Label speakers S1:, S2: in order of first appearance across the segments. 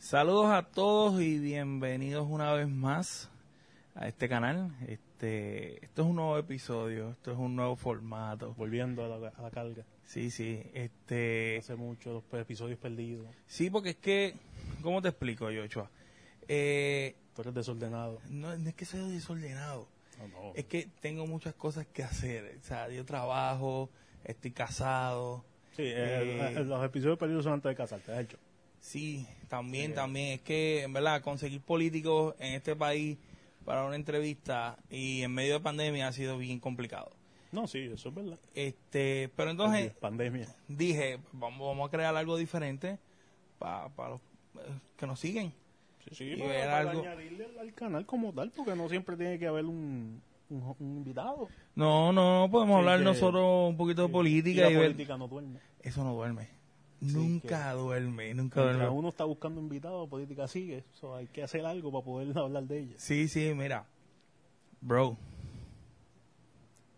S1: Saludos a todos y bienvenidos una vez más a este canal. Este, esto es un nuevo episodio, esto es un nuevo formato.
S2: Volviendo a la, a la carga.
S1: Sí, sí, este,
S2: Hace mucho, los episodios perdidos.
S1: sí, porque es que, ¿cómo te explico, Yochoa? Eh,
S2: Tú eres desordenado.
S1: no, no es que soy desordenado,
S2: No, no.
S1: es que tengo muchas cosas que hacer. O sea, yo trabajo, estoy casado.
S2: sí, eh,
S1: eh,
S2: los episodios perdidos son antes de casarte, de hecho.
S1: Sí, también, también. Es que, en verdad, conseguir políticos en este país para una entrevista y en medio de pandemia ha sido bien complicado.
S2: No, sí, eso es verdad.
S1: Este, pero entonces
S2: Sí, pandemia.
S1: dije, vamos, vamos a crear algo diferente para los eh, que nos siguen.
S2: Sí, sí,
S1: Y
S2: para,
S1: ver
S2: para
S1: algo.
S2: añadirle al, al canal como tal, porque no siempre tiene que haber un, un, un invitado.
S1: No, no, podemos
S2: Sí,
S1: hablar
S2: que-
S1: nosotros un poquito de política y,
S2: la
S1: ver.
S2: política no duerme.
S1: Eso no duerme. Nunca duerme, nunca
S2: Mientras
S1: duerme.
S2: uno está buscando invitados, política sigue. So, hay que hacer algo para poder hablar de ella.
S1: Sí, sí, mira. Bro.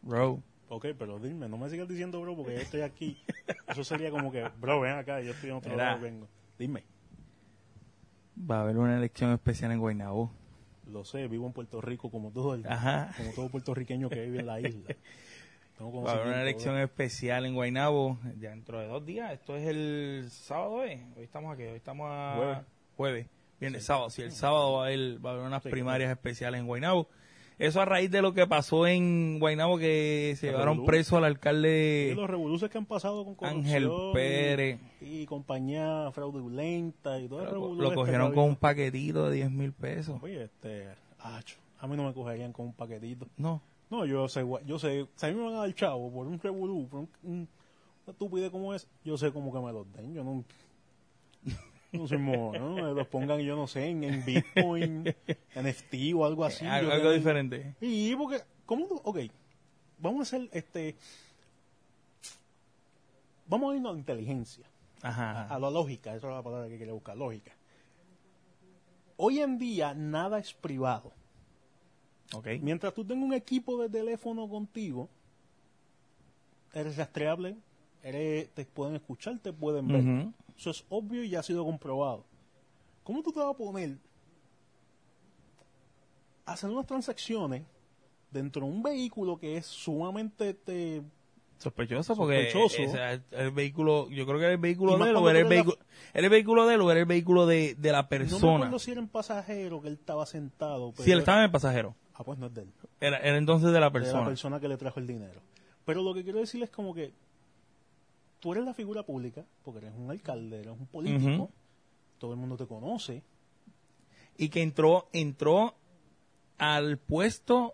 S1: Bro.
S2: Ok, pero dime, no me sigas diciendo bro porque yo estoy aquí. Eso sería como que, bro, ven acá, yo estoy en otro
S1: Mira.
S2: lado, vengo. Dime,
S1: Va a haber una elección especial en Guaynabo.
S2: lo sé, vivo en Puerto Rico como todo el,
S1: Ajá.
S2: como todo puertorriqueño que vive en la isla. Tengo
S1: Va a haber
S2: conocimiento,
S1: una elección
S2: bro.
S1: especial en Guaynabo ya dentro de dos días. Esto es el sábado, ¿eh? Hoy estamos aquí, hoy estamos a
S2: Jueves.
S1: jueves. Viene el sábado, sí, el sábado va a haber, va a haber unas
S2: Sí,
S1: primarias especiales en Guaynabo. Eso a raíz de lo que pasó en Guaynabo, que se
S2: La
S1: llevaron
S2: revolución.
S1: preso al
S2: Y
S1: alcalde
S2: los revoluciones que han pasado con corrupción
S1: Ángel
S2: y-
S1: Pérez.
S2: y, compañía fraudulenta y todo el
S1: Lo,
S2: revolú
S1: lo
S2: este
S1: cogieron
S2: que ha
S1: con un
S2: habido.
S1: paquetito de 10 mil pesos.
S2: Oye, este, acho, a mí no me cogerían con un paquetito.
S1: No,
S2: No, yo sé, gua- yo sé, si a mí me van a dar chavo por un revolú, por un, un- una estupidez como es, yo sé como que me los den, yo no... No soy mono, ¿no? Me los pongan, yo no sé, en, en Bitcoin, NFT o algo así.
S1: algo,
S2: yo
S1: algo
S2: creo-
S1: diferente.
S2: Y porque, ¿cómo tú? Ok, vamos a hacer este. Vamos a irnos a inteligencia,
S1: Ajá.
S2: a la lógica, esa es la palabra que quería buscar, lógica. Hoy en día nada es privado.
S1: Ok.
S2: Mientras tú tengas un equipo de teléfono contigo, eres rastreable, eres, te pueden escuchar, te pueden ver.
S1: Ujú.
S2: Eso es obvio y ya ha sido comprobado. ¿Cómo tú te vas a poner a hacer unas transacciones dentro de un vehículo que es sumamente... este,
S1: Sospechoso porque
S2: Sospechoso.
S1: eh, o sea, el, el vehículo, yo creo que era el vehículo
S2: Y más
S1: de él o
S2: cuando
S1: era el
S2: tú
S1: vehículo, era el
S2: eres
S1: vehículo de él o era el vehículo de, de la
S2: no me
S1: persona.
S2: acuerdo si era un pasajero que él estaba sentado.
S1: si
S2: Pero
S1: él estaba en el pasajero,
S2: Ah, pues no es de él.
S1: era, era entonces de la
S2: de la
S1: persona.
S2: persona que le trajo el dinero. Pero lo que quiero decirles es como que tú eres la figura pública, porque eres un alcalde, eres un político,
S1: Ujú.
S2: todo el mundo te conoce,
S1: Y que entró, entró al puesto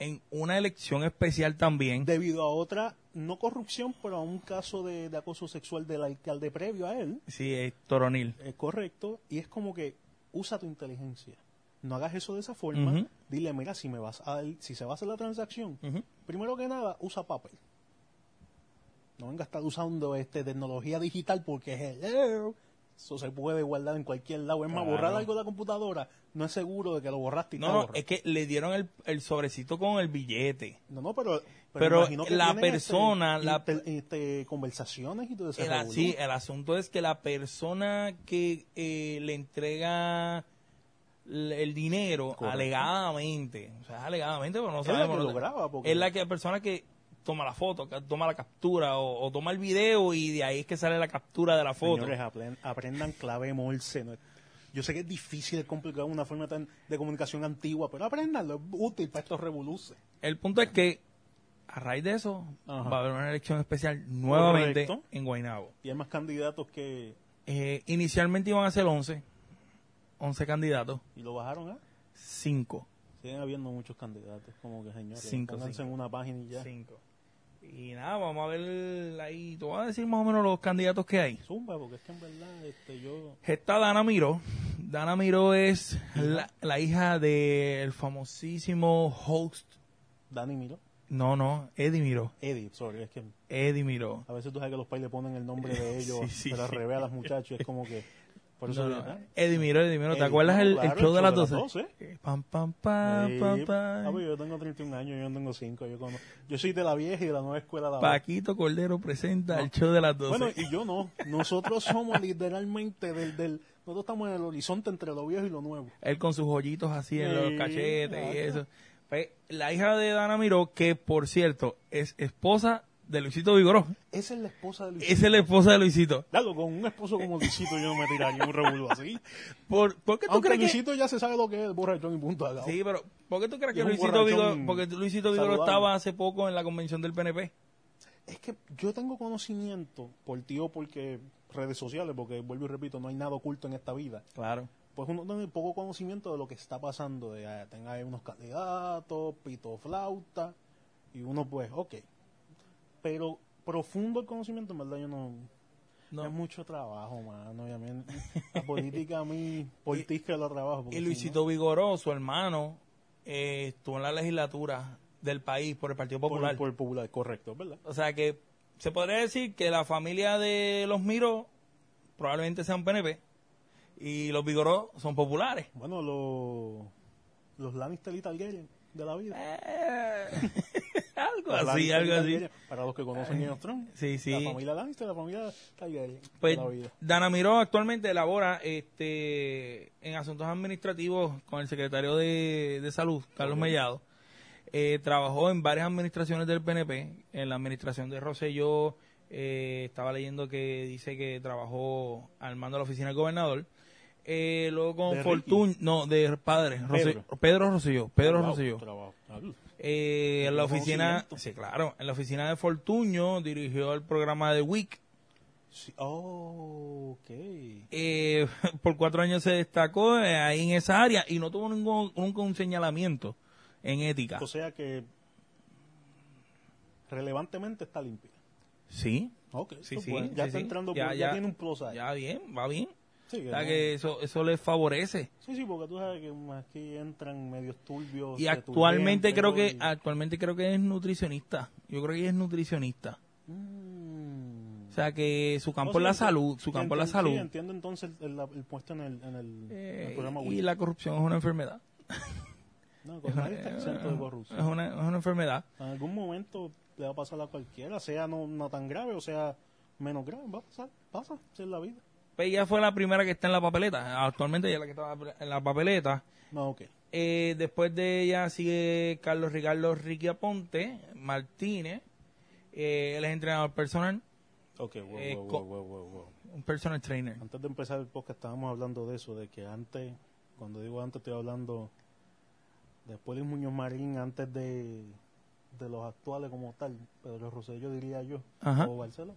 S1: en una elección especial también.
S2: debido a otra, no corrupción, pero a un caso de, de acoso sexual del alcalde previo a él,
S1: sí, es Toronil.
S2: es eh, correcto, y es como que usa tu inteligencia. No hagas eso de esa forma.
S1: Ujú.
S2: Dile, mira, si me vas a, si se va a hacer la transacción,
S1: Ujú.
S2: primero que nada, usa papel. No venga a estar usando este tecnología digital porque hello, eso se puede guardar en cualquier lado. Es más,
S1: Claro.
S2: borrar algo de la computadora no es seguro de que lo borraste y
S1: No,
S2: está
S1: no, eh,
S2: borrado.
S1: es que le dieron el, el sobrecito con el billete.
S2: no, no, pero,
S1: Pero
S2: imagino que
S1: la
S2: tienen, este,
S1: persona, la-
S2: inter- este, conversaciones y todo ese
S1: El,
S2: revolú.
S1: así, el asunto es que la persona que eh, le entrega l- el dinero
S2: Correcto.
S1: alegadamente, o sea, alegadamente, pero no
S2: Es la
S1: sabemos.
S2: que
S1: no
S2: lo
S1: te-
S2: graba, porque-
S1: Es la que, persona que toma la foto, que toma la captura o, o toma el video y de ahí es que sale la captura de la foto.
S2: Señores, apren- aprendan clave morse. ¿no? Yo sé que es difícil, es complicado una forma tan de comunicación antigua, pero aprendanlo, es útil para estos revoluces.
S1: El punto es que a raíz de eso
S2: Ajá.
S1: va a haber una elección especial nuevamente
S2: Correcto.
S1: en Guaynabo.
S2: Y hay más candidatos que...
S1: Eh, inicialmente iban a ser 11, 11 candidatos,
S2: Y lo bajaron, ¿ah?
S1: 5.
S2: Siguen habiendo muchos candidatos, como que señores,
S1: Cinco,
S2: pónganse
S1: cinco.
S2: en una página y ya.
S1: Cinco. Y nada, vamos a ver ahí. Tú vas a decir más o menos los candidatos que hay.
S2: Zumba, porque es que en verdad este, yo...
S1: Está Dana Miro. Dana Miro es la, la hija del famosísimo host.
S2: Dani Miro,
S1: No, no, Eddie Miro.
S2: Eddie, sorry, es que
S1: Eddie Miro.
S2: a veces tú sabes que los pais le ponen el nombre de ellos,
S1: Sí, sí,
S2: pero al
S1: sí.
S2: revés a los muchachos, es como que... Por eso
S1: No,
S2: digo,
S1: no,
S2: ¿ah?
S1: Eddie Miro, Eddie Miro. ¿Te
S2: Eddie,
S1: acuerdas el, el
S2: claro,
S1: show de las 12? Eh, Pam, pam, pam,
S2: Sí.
S1: pam, pam.
S2: Ah, pues yo tengo 31 años, yo no tengo 5, yo cono- yo soy de la vieja y de la nueva escuela de la vieja.
S1: Paquito Cordero presenta el show de las 12.
S2: Bueno, y yo no, nosotros somos literalmente del, del, Nosotros estamos en el horizonte entre lo viejo y lo nuevo.
S1: Él con sus joyitos así en los
S2: Sí,
S1: cachetes y
S2: vaya.
S1: eso. Pues, la hija de Dana Miró, que por cierto es esposa de Luisito Vigoró.
S2: Esa es la esposa de Luisito.
S1: Esa es la esposa de Luisito.
S2: Claro, con un esposo como Luisito yo no me tiraría un revuelo así.
S1: ¿Por, por qué tú
S2: Aunque
S1: crees que.?
S2: Luisito ya se sabe lo que es, borrachón y punto de
S1: Sí, pero ¿por qué tú crees que
S2: Es un
S1: Luisito Vigoró,
S2: borrachón
S1: porque Luisito Vigoró
S2: saludable.
S1: estaba hace poco en la convención del PNP?
S2: Es que yo tengo conocimiento por tío, porque redes sociales, porque vuelvo y repito, no hay nada oculto en esta vida.
S1: Claro.
S2: Pues uno tiene poco conocimiento de lo que está pasando, de ah, tenga ahí unos candidatos, pito flauta, y uno pues, ok. Pero profundo el conocimiento, en verdad, yo no... Es mucho trabajo, mano. y a mí- la política a mí, por ti que lo trabajo. porque
S1: Y
S2: si
S1: Luisito Vigoró, su hermano, eh, estuvo en la legislatura del país por el Partido
S2: no, por,
S1: Popular.
S2: por popular, correcto, ¿verdad?
S1: O sea que se podría decir que la familia de los Miro probablemente sean PNP y los Vigoró son populares.
S2: Bueno, los los Lannister y Targaryen de la vida.
S1: Eh, algo
S2: Los
S1: así,
S2: Lannister y
S1: algo así.
S2: Targaryen, Para los que conocen Game of Thrones.
S1: Sí, sí.
S2: La familia Lannister, la familia Targaryen
S1: Pues
S2: de la vida.
S1: Dana Miró actualmente elabora este, en asuntos administrativos con el secretario de, de Salud, Carlos Mellado. Eh, trabajó en varias administraciones del PNP, en la administración de Rosselló, eh, estaba leyendo que dice que trabajó al mando de la oficina del gobernador. Eh, luego con
S2: ¿De
S1: Fortun, no, de padre, Rosselló- Pedro Rosselló, Pedro
S2: Wow,
S1: Rosselló.
S2: trabajo. Salud.
S1: Eh, en la
S2: Tiene
S1: oficina,
S2: conocimiento.
S1: sí, claro, en la oficina de Fortuño dirigió el programa de WIC,
S2: Sí, Oh, ok.
S1: eh, por cuatro años se destacó eh, ahí en esa área y no tuvo ningún, nunca un señalamiento en ética.
S2: O sea que relevantemente está limpio.
S1: Sí,
S2: Ok,
S1: sí,
S2: eso
S1: sí.
S2: bueno.
S1: sí,
S2: pues, ya está
S1: sí.
S2: entrando, por- ya, tiene un plus ahí.
S1: Ya bien, va bien.
S2: Sí, que
S1: O sea
S2: no-
S1: que eso, eso le favorece.
S2: Sí, sí, porque tú sabes que aquí entran medios turbios.
S1: Y
S2: se
S1: actualmente creo
S2: turbian,
S1: que
S2: pero-
S1: actualmente creo que es nutricionista. Yo creo que ella es nutricionista.
S2: Mm.
S1: O sea que su campo
S2: No,
S1: es
S2: sí,
S1: la
S2: enti-
S1: salud, su campo es la
S2: enti-
S1: salud.
S2: Sí, entiendo entonces el, el puesto en el, en el,
S1: Eh,
S2: el programa
S1: y
S2: Wii.
S1: la corrupción es una enfermedad.
S2: No, con nadie está exento de
S1: Es
S2: corrupción.
S1: una, es una enfermedad.
S2: En algún momento le va a pasar a cualquiera, sea no, no tan grave o sea menos grave, va a pasar, pasa, así es la vida.
S1: Pues ella fue la primera que está en la papeleta. Actualmente ella es la que estaba en la papeleta.
S2: No, ok.
S1: Eh, después de ella sigue Carlos Ricardo Ricky Aponte Martínez. Eh, él es entrenador personal,
S2: Ok, wow,
S1: Eh,
S2: wow,
S1: co-
S2: wow, wow, wow, wow.
S1: un personal trainer.
S2: Antes de empezar el podcast estábamos hablando de eso, de que antes, cuando digo antes estoy hablando de Poli Muñoz Marín, antes de, de los actuales como tal, Pedro Rosselló diría yo,
S1: Ajá.
S2: o Barceló,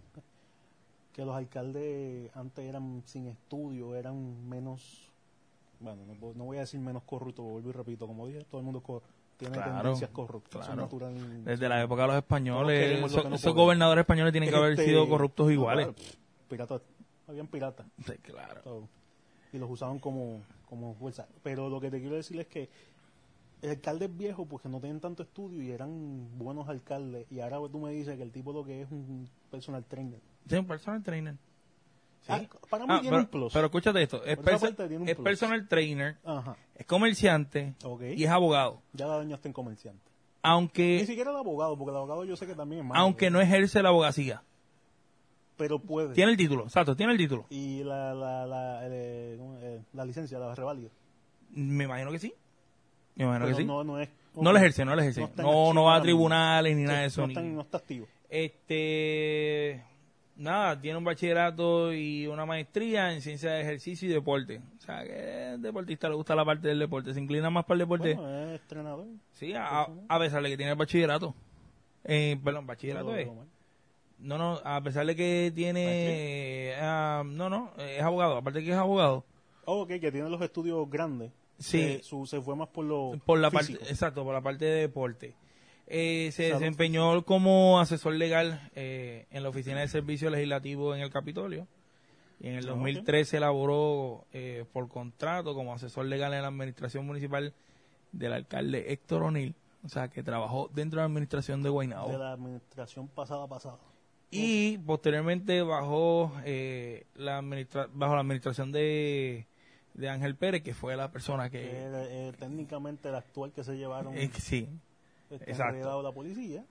S2: que los alcaldes antes eran sin estudio, eran menos, bueno, no, puedo- no voy a decir menos corruptos, vuelvo y repito, como dije, todo el mundo es cor- tiene
S1: Claro,
S2: tendencias corruptas, son
S1: claro.
S2: naturales.
S1: Desde la época de los
S2: No
S1: españoles,
S2: queremos lo
S1: esos-
S2: que no
S1: esos
S2: podemos.
S1: gobernadores españoles tienen que haber
S2: Este,
S1: sido corruptos
S2: no,
S1: iguales.
S2: claro, pff, piratas, habían piratas.
S1: Sí, claro.
S2: So, y los usaban como, como fuerza. Pero lo que te quiero decir es que alcaldes viejos, porque no tienen tanto estudio y eran buenos alcaldes, y ahora tú me dices que el tipo lo que es un personal trainer.
S1: Sí, un personal trainer. Sí.
S2: Ah, para mí
S1: Ah,
S2: tiene
S1: pero,
S2: un plus.
S1: pero escúchate esto, es,
S2: Por
S1: perso-
S2: esa parte tiene un
S1: es
S2: plus.
S1: personal trainer,
S2: Ajá,
S1: es comerciante
S2: ok.
S1: y es abogado.
S2: Ya la dañaste en comerciante. Ni
S1: Aunque,
S2: siquiera el abogado, porque el abogado yo sé que también es malo.
S1: aunque no ejerce la abogacía.
S2: Pero puede.
S1: Tiene el título, exacto, tiene el título.
S2: Y la, la, la, el, eh, ¿cómo es? Eh, la licencia, la revalida.
S1: Me imagino que sí. Me imagino
S2: Pero
S1: que sí.
S2: no, no es.
S1: No la ejerce, no la ejerce.
S2: No
S1: No,
S2: está en
S1: no,
S2: acción
S1: va a
S2: ahora mismo.
S1: tribunales ni
S2: Sí,
S1: nada de eso.
S2: no,
S1: ni-
S2: está, en- no está activo.
S1: Este. Nada, tiene un bachillerato y una maestría en ciencia de ejercicio y deporte. O sea, que el deportista le gusta la parte del deporte. Se inclina más para el deporte.
S2: Bueno, pues, es entrenador.
S1: sí, a, a pesar de que tiene el bachillerato. Eh, perdón, bachillerato
S2: Lo
S1: es.
S2: digo mal.
S1: No, no, a pesar de que tiene. ah, no, no, eh, es abogado. Aparte de que es abogado.
S2: Oh, ok, que tiene los estudios grandes.
S1: Sí.
S2: Eh, su- se fue más por lo
S1: por la
S2: físico.
S1: parte exacto por la parte de deporte Eh, se
S2: Salud.
S1: desempeñó como asesor legal eh, en la oficina de servicio legislativo en el Capitolio y en el
S2: Ah,
S1: 2013 elaboró eh, por contrato como asesor legal en la administración municipal del alcalde Héctor O'Neill o sea que trabajó dentro de la administración de Guaynabo
S2: de la administración pasada pasada.
S1: y posteriormente bajo eh, la administra- bajo la administración de de Ángel Pérez que fue la persona
S2: Que
S1: que
S2: era, eh, técnicamente el actual que se llevaron este,
S1: eh, que- sí
S2: está
S1: exacto.
S2: enredado la policía.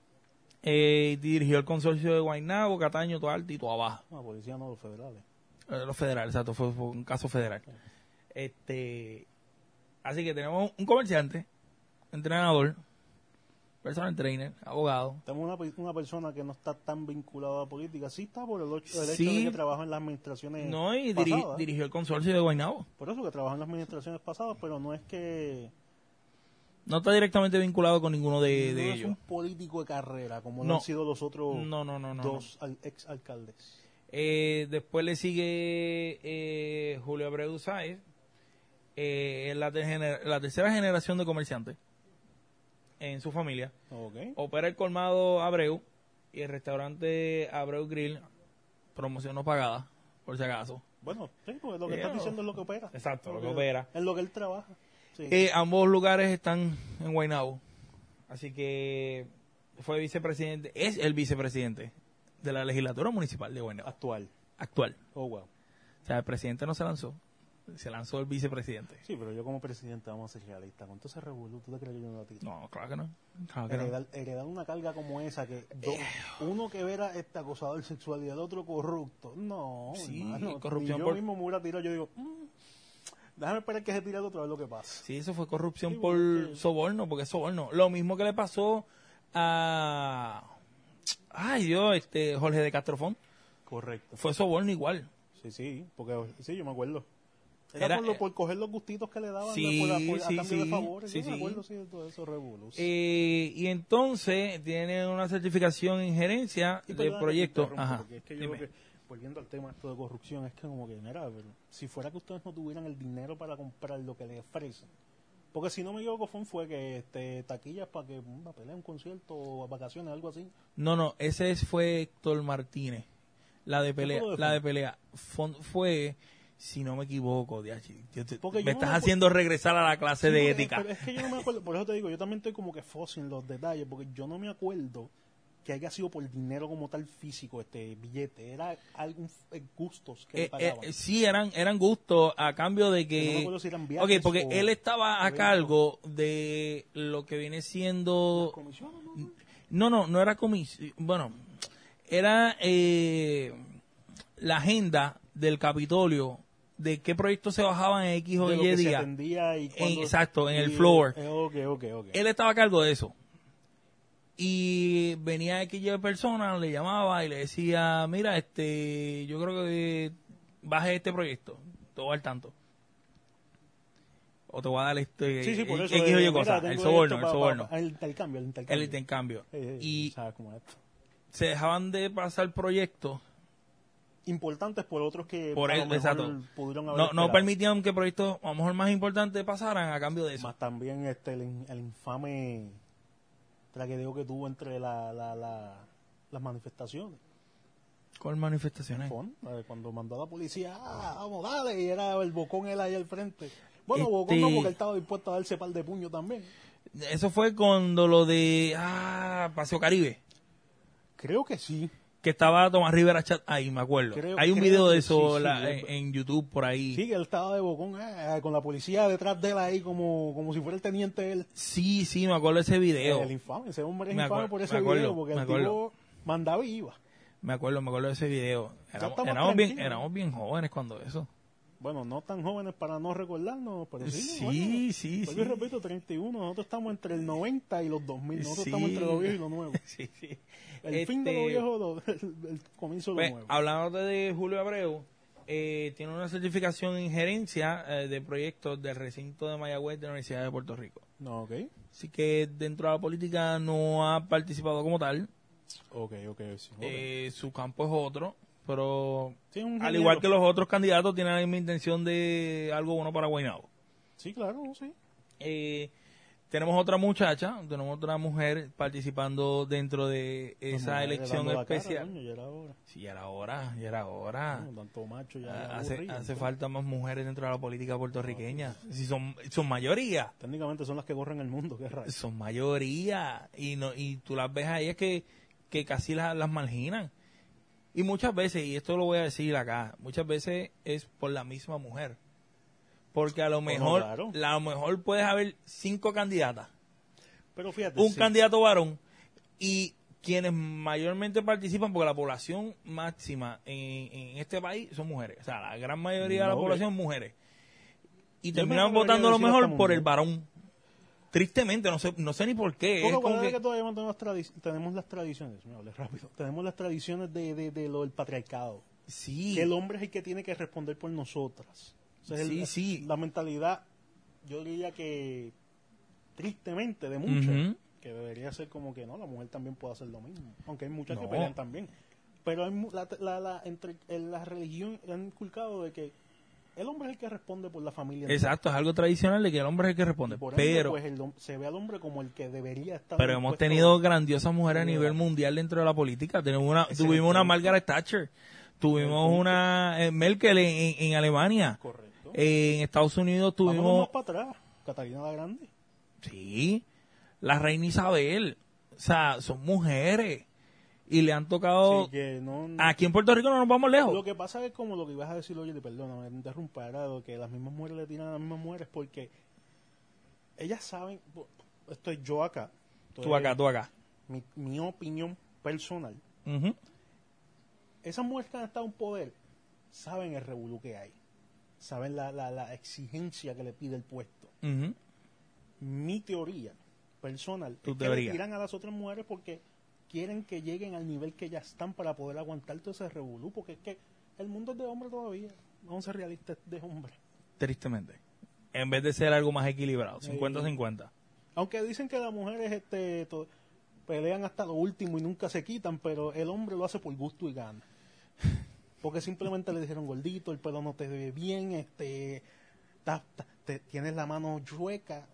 S1: Eh, dirigió el consorcio de Guaynabo, Cataño, Toalta y Tuabá.
S2: No, la policía no, los federales.
S1: Eh, Los federales, exacto, fue, fue un caso federal. Este, así que tenemos un comerciante, entrenador, personal trainer, abogado.
S2: Tenemos una, pe- una persona que no está tan vinculada a la política. Sí está por el, ocho- el hecho
S1: Sí.
S2: de que trabaja en las administraciones
S1: No, y diri-
S2: pasadas.
S1: dirigió el consorcio de Guaynabo.
S2: Por eso que trabaja en las administraciones pasadas, pero no es que...
S1: No está directamente vinculado con ninguno Eh, de,
S2: no
S1: de
S2: es
S1: ellos.
S2: un político de carrera, como
S1: No.
S2: no han sido los otros
S1: No, no, no, no.
S2: dos al- ex alcaldes.
S1: Eh, después le sigue eh, Julio Abreu Sáez, eh, es la, tergener- la tercera generación de comerciantes en su familia.
S2: Ok.
S1: Opera el colmado Abreu y el restaurante Abreu Grill, promoción no pagada, por si acaso.
S2: Bueno, sí, porque lo que
S1: Yeah.
S2: estás diciendo es lo que opera.
S1: Exacto, lo que opera.
S2: En lo que él trabaja. Sí.
S1: Eh, ambos lugares están en Guaynabo, así que fue vicepresidente, es el vicepresidente de la legislatura municipal de Guaynabo,
S2: Actual.
S1: actual.
S2: Oh, wow.
S1: O sea, el presidente no se lanzó, se lanzó el vicepresidente.
S2: Sí, pero yo como presidente vamos a ser realistas. Con todo ese revolú, ¿tú te crees que yo no la tiro?
S1: No, claro que no. Claro que no. Eh.
S2: Heredar, heredar una carga como esa, que do- uno que era este acosador sexual y el otro corrupto. No,
S1: Sí,
S2: hermano,
S1: corrupción
S2: ni yo
S1: por-
S2: mismo me hubiera tirado, yo digo, "Mm, déjame esperar que se tire el otro a ver lo que pasa.
S1: Sí, eso fue corrupción
S2: Sí,
S1: por
S2: porque-
S1: soborno, porque es soborno. Lo mismo que le pasó a... Ay, Dios, este Jorge de Castrofón.
S2: Correcto.
S1: Fue soborno igual.
S2: Sí, sí, porque sí, yo me acuerdo. Era,
S1: Era,
S2: por, lo-
S1: eh,
S2: por coger los gustitos que le daban
S1: sí,
S2: por la- por- a
S1: sí,
S2: cambio
S1: sí,
S2: de favores.
S1: sí,
S2: yo me
S1: sí.
S2: acuerdo sí, de todo eso revolus.
S1: Eh, y entonces tiene una certificación en gerencia
S2: Y
S1: de
S2: perdona que te
S1: proyecto.
S2: interrumpa,
S1: Ajá.
S2: porque es que yo
S1: dime.
S2: creo que, volviendo al tema esto de corrupción, es que como que, mira, pero si fuera que ustedes no tuvieran el dinero para comprar lo que les ofrecen, porque si no me equivoco, fue, fue que este, taquillas para que una pelea, un concierto, o vacaciones, algo así.
S1: No, no, ese es- fue Héctor Martínez. La de pelea,
S2: fue lo de
S1: la de
S2: Fon?
S1: pelea. Fon- fue, si no me equivoco, Diachi, yo te-
S2: Porque
S1: me
S2: yo no
S1: estás
S2: me acu-
S1: haciendo regresar a la clase
S2: Sí,
S1: de
S2: porque-
S1: ética.
S2: eh, Pero es que yo no me acuerdo, por eso te digo, yo también estoy como que fósil en los detalles, porque yo no me acuerdo que haya sido por dinero como tal físico este billete, era algún eh, gustos que le
S1: Eh, eh,
S2: pagaban.
S1: sí, eran, eran gustos a cambio de
S2: Que no me
S1: que...
S2: acuerdo si eran
S1: Ok,
S2: viajes
S1: porque
S2: o-
S1: él estaba
S2: o
S1: a
S2: eventos.
S1: cargo de lo que viene siendo...
S2: Comisiones, ¿no?
S1: No, no, no era comisión. Bueno, era eh, la agenda del Capitolio de qué proyectos se bajaban en X o
S2: de lo
S1: Y
S2: que se
S1: día.
S2: atendía y cuándo-
S1: exacto, en el
S2: y-
S1: floor.
S2: eh, ok, ok, ok.
S1: Él estaba a cargo de eso. Y venía aquella persona, le llamaba y le decía, mira, este, yo creo que baje este proyecto, todo al tanto. O te voy a dar este
S2: sí, sí, por eso.
S1: X o
S2: eh,
S1: Y
S2: mira,
S1: cosa,
S2: tengo
S1: el
S2: esto
S1: soborno, el
S2: pa- pa-
S1: soborno,
S2: pa- el intercambio, el intercambio.
S1: el intercambio.
S2: Eh, eh,
S1: Y
S2: ¿sabes cómo es esto?
S1: se dejaban de pasar proyectos
S2: Importantes por otros que
S1: por
S2: a
S1: eso,
S2: lo mejor
S1: exacto.
S2: pudieron haber
S1: No, no
S2: esperado.
S1: permitían que proyectos a lo mejor más importantes pasaran a cambio de eso.
S2: Más también este, el, in- el infame traquedeo que tuvo entre la, la, la- las manifestaciones.
S1: Con manifestaciones.
S2: Fon, eh, Cuando mandó a la policía, "Ah, vamos, dale, y era el bocón él ahí al frente. Bueno, bocón no,
S1: Este-
S2: porque él estaba dispuesto a darse par de puños también.
S1: Eso fue cuando lo de ah, Paseo Caribe,
S2: Creo que sí.
S1: que estaba Tomás Rivera Chat ahí, me acuerdo.
S2: Creo-
S1: Hay un
S2: creo
S1: video de
S2: que
S1: eso
S2: sí, sí,
S1: la-
S2: es-
S1: en, en YouTube por ahí.
S2: Sí, que él estaba de bocón eh, con la policía detrás de él ahí como, como si fuera el teniente él.
S1: Sí, sí, me acuerdo de ese video.
S2: El infame, ese hombre es
S1: Me
S2: infame
S1: acuer-
S2: por ese
S1: me acuerdo,
S2: video porque
S1: me
S2: el
S1: acuerdo.
S2: tipo mandaba y iba.
S1: Me acuerdo, me acuerdo de ese video. Éramos,
S2: estamos
S1: éramos bien,
S2: tranquilos.
S1: éramos bien jóvenes cuando eso.
S2: Bueno, no tan jóvenes para no recordarnos, pero sí.
S1: Sí,
S2: bueno,
S1: sí,
S2: vuelvo y
S1: sí.
S2: repito, 31, nosotros estamos entre el 90 y los 2000, nosotros
S1: Sí.
S2: estamos entre lo viejo y lo nuevo.
S1: Sí, sí.
S2: El fin de lo
S1: Este,
S2: viejo, lo- el, el comienzo de
S1: Pues,
S2: lo nuevo.
S1: hablándote de Julio Abreu, eh, tiene una certificación en gerencia eh, de proyectos del recinto de Mayagüez de la Universidad de Puerto Rico.
S2: No, ok,
S1: Así que dentro de la política no ha participado como tal.
S2: ok, ok, sí, ok.
S1: Eh, su campo es otro, pero
S2: Sí, es un
S1: al
S2: ingeniero.
S1: igual que los otros candidatos, tiene la misma intención de algo bueno para Guaynabo.
S2: Sí, claro, sí.
S1: Eh, tenemos otra muchacha, tenemos otra mujer participando dentro de esa
S2: Dando-
S1: elección
S2: dando la cara,
S1: especial.
S2: coño, ya era hora.
S1: sí, ya era hora, ya era hora.
S2: No, tanto macho ya era
S1: Ah, Eh, hace,
S2: aburrido,
S1: hace
S2: entonces.
S1: falta más mujeres dentro de la política puertorriqueña. Si son, son mayoría,
S2: Técnicamente son las que corren el mundo, qué raro.
S1: son mayoría. Y no y tú las ves a ellas que, que casi las, las marginan. Y muchas veces, y esto lo voy a decir acá, muchas veces es por la misma mujer. Porque a lo mejor,
S2: claro.
S1: la- a lo mejor puedes haber cinco candidatas,
S2: Pero fíjate,
S1: un
S2: sí.
S1: candidato varón y quienes mayormente participan, porque la población máxima en, en este país son mujeres. O sea, la gran mayoría de la
S2: No,
S1: población son mujeres. Y
S2: Yo
S1: terminan
S2: pensaba que
S1: votando a lo
S2: había
S1: mejor
S2: sido
S1: por
S2: hasta
S1: el varón. Tristemente, no sé, no sé ni por qué. Es
S2: Bueno,
S1: como
S2: guarda
S1: que-
S2: que todavía mantenemos las, tradi- tenemos las tradiciones, me hablé rápido, tenemos las tradiciones de, de, de lo del patriarcado.
S1: sí,
S2: Que el hombre es el que tiene que responder por nosotras. Esa es
S1: Sí,
S2: el-
S1: sí.
S2: La mentalidad, yo diría que tristemente de muchos,
S1: Ujú.
S2: que debería ser como que no, la mujer también puede hacer lo mismo. Aunque hay muchas que
S1: No.
S2: pelean también. Pero hay mu- la, la, la- entre, en la religión han inculcado de que el hombre es el que responde por la familia. entera.
S1: exacto, es algo tradicional de que el hombre es el que
S2: Y
S1: responde.
S2: por ende,
S1: Pero,
S2: pues, el hom- se ve al hombre como el que debería estar.
S1: pero
S2: en
S1: hemos
S2: puesto-
S1: tenido grandiosas mujeres a
S2: Mira.
S1: nivel mundial dentro de la política. Tenemos una,
S2: Ese es el
S1: tuvimos una
S2: punto.
S1: Margaret Thatcher, tuvimos
S2: punto.
S1: una eh, Merkel en, en- en Alemania,
S2: Correcto.
S1: Eh, en Estados Unidos
S2: Vámonos
S1: tuvimos
S2: más para atrás. Catalina la Grande.
S1: Sí, la reina Isabel. O sea, son mujeres. Y le han tocado...
S2: Así que no,
S1: Aquí en Puerto Rico Ah, no nos vamos
S2: Lo
S1: lejos.
S2: que pasa es como lo que ibas a decir, oye, perdona, me interrumpa, era lo que las mismas mujeres le tiran a las mismas mujeres porque ellas saben, bu- esto es yo acá, esto
S1: Tú
S2: es
S1: acá, tú acá.
S2: Mi, mi opinión personal.
S1: Ujú.
S2: Esas mujeres que han estado en poder saben el revolú que hay, saben la, la, la exigencia que le pide el puesto.
S1: Ujú.
S2: Mi teoría personal
S1: Tu
S2: es que
S1: teoría.
S2: le tiran a las otras mujeres porque quieren que lleguen al nivel que ya están para poder aguantar todo ese revolú, porque es que el mundo es de hombre todavía, vamos a ser realistas, es de hombre.
S1: Tristemente. En vez de ser algo más equilibrado. 50-50.
S2: Aunque dicen que las mujeres este, to- pelean hasta lo último y nunca se quitan, pero el hombre lo hace por gusto y gana. Porque simplemente le dijeron gordito, el pelo no te ve bien, este, ta- ta- te- tienes la mano chueca.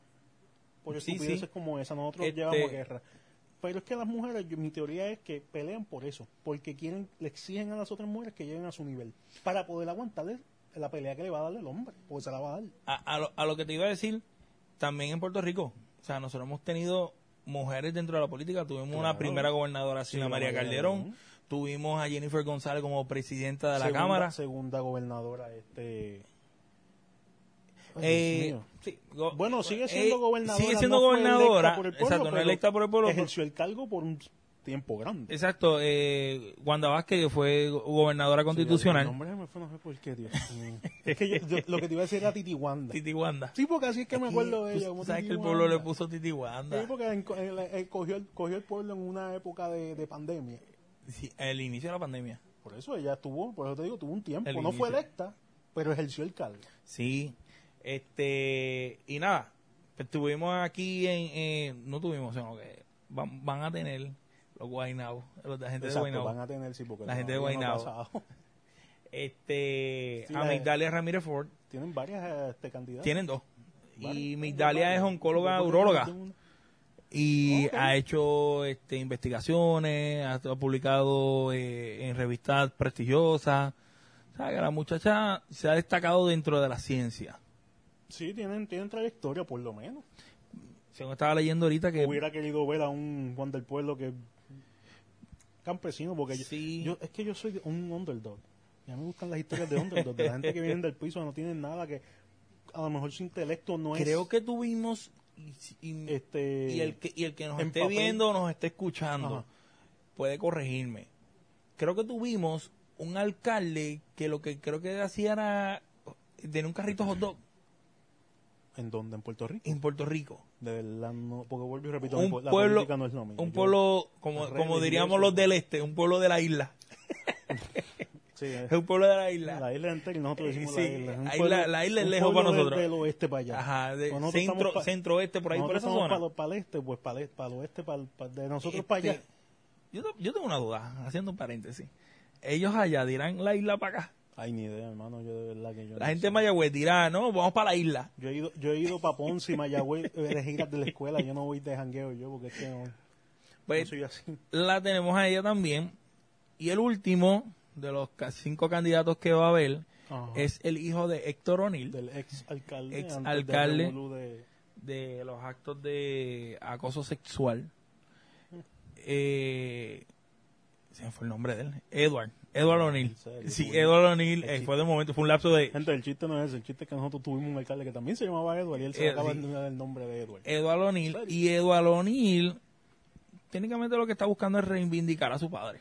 S2: Por
S1: Sí,
S2: estupideces
S1: sí.
S2: como esa, nosotros
S1: Este-
S2: llevamos guerra. Pero es que las mujeres, yo- mi teoría es que pelean por eso, porque quieren, le exigen a las otras mujeres que lleguen a su nivel, para poder aguantarle la pelea que le va a dar el hombre, porque se la va a dar.
S1: A, a lo, a lo que te iba a decir, también en Puerto Rico. O sea, nosotros hemos tenido mujeres dentro de la política. Tuvimos una
S2: Claro.
S1: primera gobernadora, Sina
S2: Sí,
S1: María
S2: María
S1: Calderón.
S2: Calderón.
S1: Tuvimos a Jennifer González como presidenta de la
S2: Segunda-
S1: Cámara.
S2: Segunda gobernadora, este. Ay,
S1: Eh,
S2: Dios mío.
S1: sí, go-
S2: bueno, sigue
S1: eh,
S2: siendo gobernadora.
S1: Sigue siendo
S2: no fue electa
S1: gobernadora.
S2: por el pueblo,
S1: exacto, no
S2: pero
S1: electa por el pueblo. pero-
S2: Ejerció el cargo por un tiempo grande.
S1: Exacto, eh, Wanda Vázquez, que fue go- gobernadora
S2: Sí, el
S1: constitucional.
S2: nombre se me fue, no sé por qué, Dios mío. es que yo, yo- lo que te iba a decir era Titi Wanda.
S1: Titi Wanda.
S2: Sí, porque así es que me acuerdo de
S1: Tú
S2: ella. como
S1: ¿Sabes
S2: Titi
S1: que el pueblo
S2: Wanda.
S1: le puso Titi Wanda?
S2: Sí, porque en- en- en- cogió, el, cogió el pueblo en una época de, de pandemia.
S1: Sí, el inicio de la pandemia.
S2: Por eso ella estuvo, por eso te digo, tuvo un tiempo.
S1: El
S2: no fue
S1: inicio.
S2: electa, pero ejerció el cargo.
S1: Sí. Este, y nada, pues tuvimos aquí en. eh, no tuvimos, sino que van, van a tener los Guaynabos, los de la gente
S2: Exacto,
S1: de Guaynabo.
S2: van a tener, sí, porque
S1: La gente de
S2: todavía no ha
S1: Guaynabo.
S2: pasado.
S1: Este,
S2: Sí, la-
S1: Amigdalia Ramírez Ford,
S2: Tienen varias este, candidatas.
S1: tienen dos. Y
S2: Varias,
S1: Migdalia
S2: varias.
S1: es oncóloga,
S2: Yo creo que
S1: uróloga.
S2: tiene una-
S1: y
S2: Ok.
S1: ha hecho este, investigaciones, ha, ha publicado eh, en revistas prestigiosas. O sea, que la muchacha se ha destacado dentro de la ciencia.
S2: Sí, tienen, tienen trayectoria, por lo menos.
S1: Según estaba leyendo ahorita que...
S2: Hubiera querido ver a un Juan del Pueblo que campesino, porque yo-
S1: Sí.
S2: yo, es que yo soy un underdog. Ya me gustan las historias de underdog, de la gente que viene del piso, no tienen nada, que a lo mejor su intelecto no
S1: creo
S2: es...
S1: que tuvimos... Y, y-
S2: este,
S1: y el, que, y el que nos
S2: en
S1: esté
S2: papel.
S1: viendo, nos esté escuchando,
S2: Ajá.
S1: puede corregirme. Creo que tuvimos un alcalde que lo que creo que hacía era... Tenía un carrito hot dog
S2: ¿En dónde? ¿En Puerto Rico?
S1: en Puerto Rico.
S2: De verdad, no, porque vuelvo y repito,
S1: un
S2: mi po- la
S1: pueblo,
S2: política no es lo mío.
S1: un
S2: Yo-
S1: pueblo como,
S2: las
S1: como
S2: redes
S1: diríamos
S2: y
S1: los
S2: eso.
S1: del este, un pueblo de la isla.
S2: sí, es-
S1: Es un pueblo de la isla.
S2: La isla entera y nosotros decimos
S1: Sí,
S2: la isla. Es un
S1: la
S2: pueblo-
S1: isla- la isla es
S2: un
S1: lejos
S2: pueblo
S1: para
S2: de-
S1: nosotros.
S2: Del oeste para allá.
S1: Ajá, de
S2: Pues nosotros
S1: centro,
S2: estamos pa-
S1: centro oeste, por ahí, por
S2: nosotros
S1: esa
S2: estamos
S1: zona.
S2: Para, lo- para el este, pues para el, para el oeste, para, el- para- de nosotros para allá.
S1: Este, yo, te- yo tengo una duda, haciendo un paréntesis. Ellos allá dirán la isla para acá.
S2: Ay, ni idea, hermano, yo de verdad que yo.
S1: La
S2: no
S1: gente de
S2: sé.
S1: Mayagüez dirá, no, vamos para la isla.
S2: Yo he ido, yo he ido para Ponce y Mayagüez eh, de giras de la escuela. Yo no voy de jangueo yo porque es que no,
S1: Pues,
S2: no soy así.
S1: la tenemos a ella también. Y el último de los ca- cinco candidatos que va a haber
S2: Ajá.
S1: es el hijo de Héctor O'Neill.
S2: Del ex alcalde.
S1: Ex alcalde.
S2: de,
S1: de los actos de acoso sexual. Eh, se me fue el nombre de él. Edward. Edward O'Neill.
S2: ¿En serio?
S1: Sí,
S2: Uy.
S1: Edward O'Neill eh, fue de momento, fue un lapso de...
S2: Gente, el chiste no es ese. El chiste es que nosotros tuvimos un alcalde que también se llamaba Edward y él se
S1: Eh,
S2: acaba
S1: sí.
S2: de dar el nombre de Edward.
S1: Edward O'Neill. Y Edward O'Neill técnicamente lo que está buscando es reivindicar a su padre.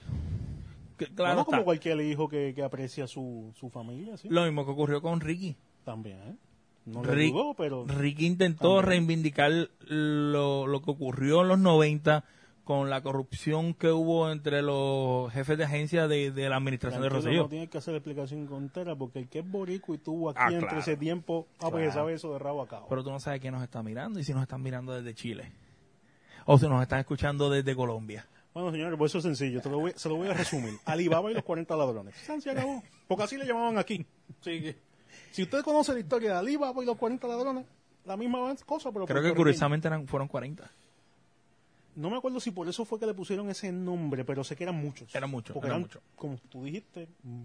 S1: Que, claro,
S2: Bueno, como
S1: está.
S2: cualquier hijo que, que aprecia su, su familia, sí.
S1: lo mismo que ocurrió con Ricky.
S2: También, ¿eh? No le
S1: Rick-
S2: ayudó, pero
S1: Ricky intentó
S2: También.
S1: reivindicar lo, lo que ocurrió en los 90 con la corrupción que hubo entre los jefes de agencia de, de la administración de
S2: tranquilo,
S1: Rosselló.
S2: no tiene que hacer explicación entera porque el que es borico y tuvo aquí
S1: Ah,
S2: entre
S1: claro.
S2: ese tiempo, ah, pues
S1: Claro.
S2: ya sabe eso de rabo a cabo.
S1: Pero tú no sabes quién nos está mirando y si nos están mirando desde Chile. O si nos están escuchando desde Colombia.
S2: Bueno, señores, pues eso es sencillo, te lo voy- se lo voy a resumir. Alibaba y los 40 ladrones. San, Se acabó. Porque así le llamaban aquí. Sí, que- Si usted conoce la historia de Alibaba y los 40 ladrones, la misma cosa, pero
S1: Creo que
S2: puertorriqueña.
S1: curiosamente eran, fueron 40.
S2: No me acuerdo si por eso fue que le pusieron ese nombre, pero sé que eran muchos.
S1: Eran muchos,
S2: Porque
S1: eran
S2: eran,
S1: muchos.
S2: como tú dijiste, mm,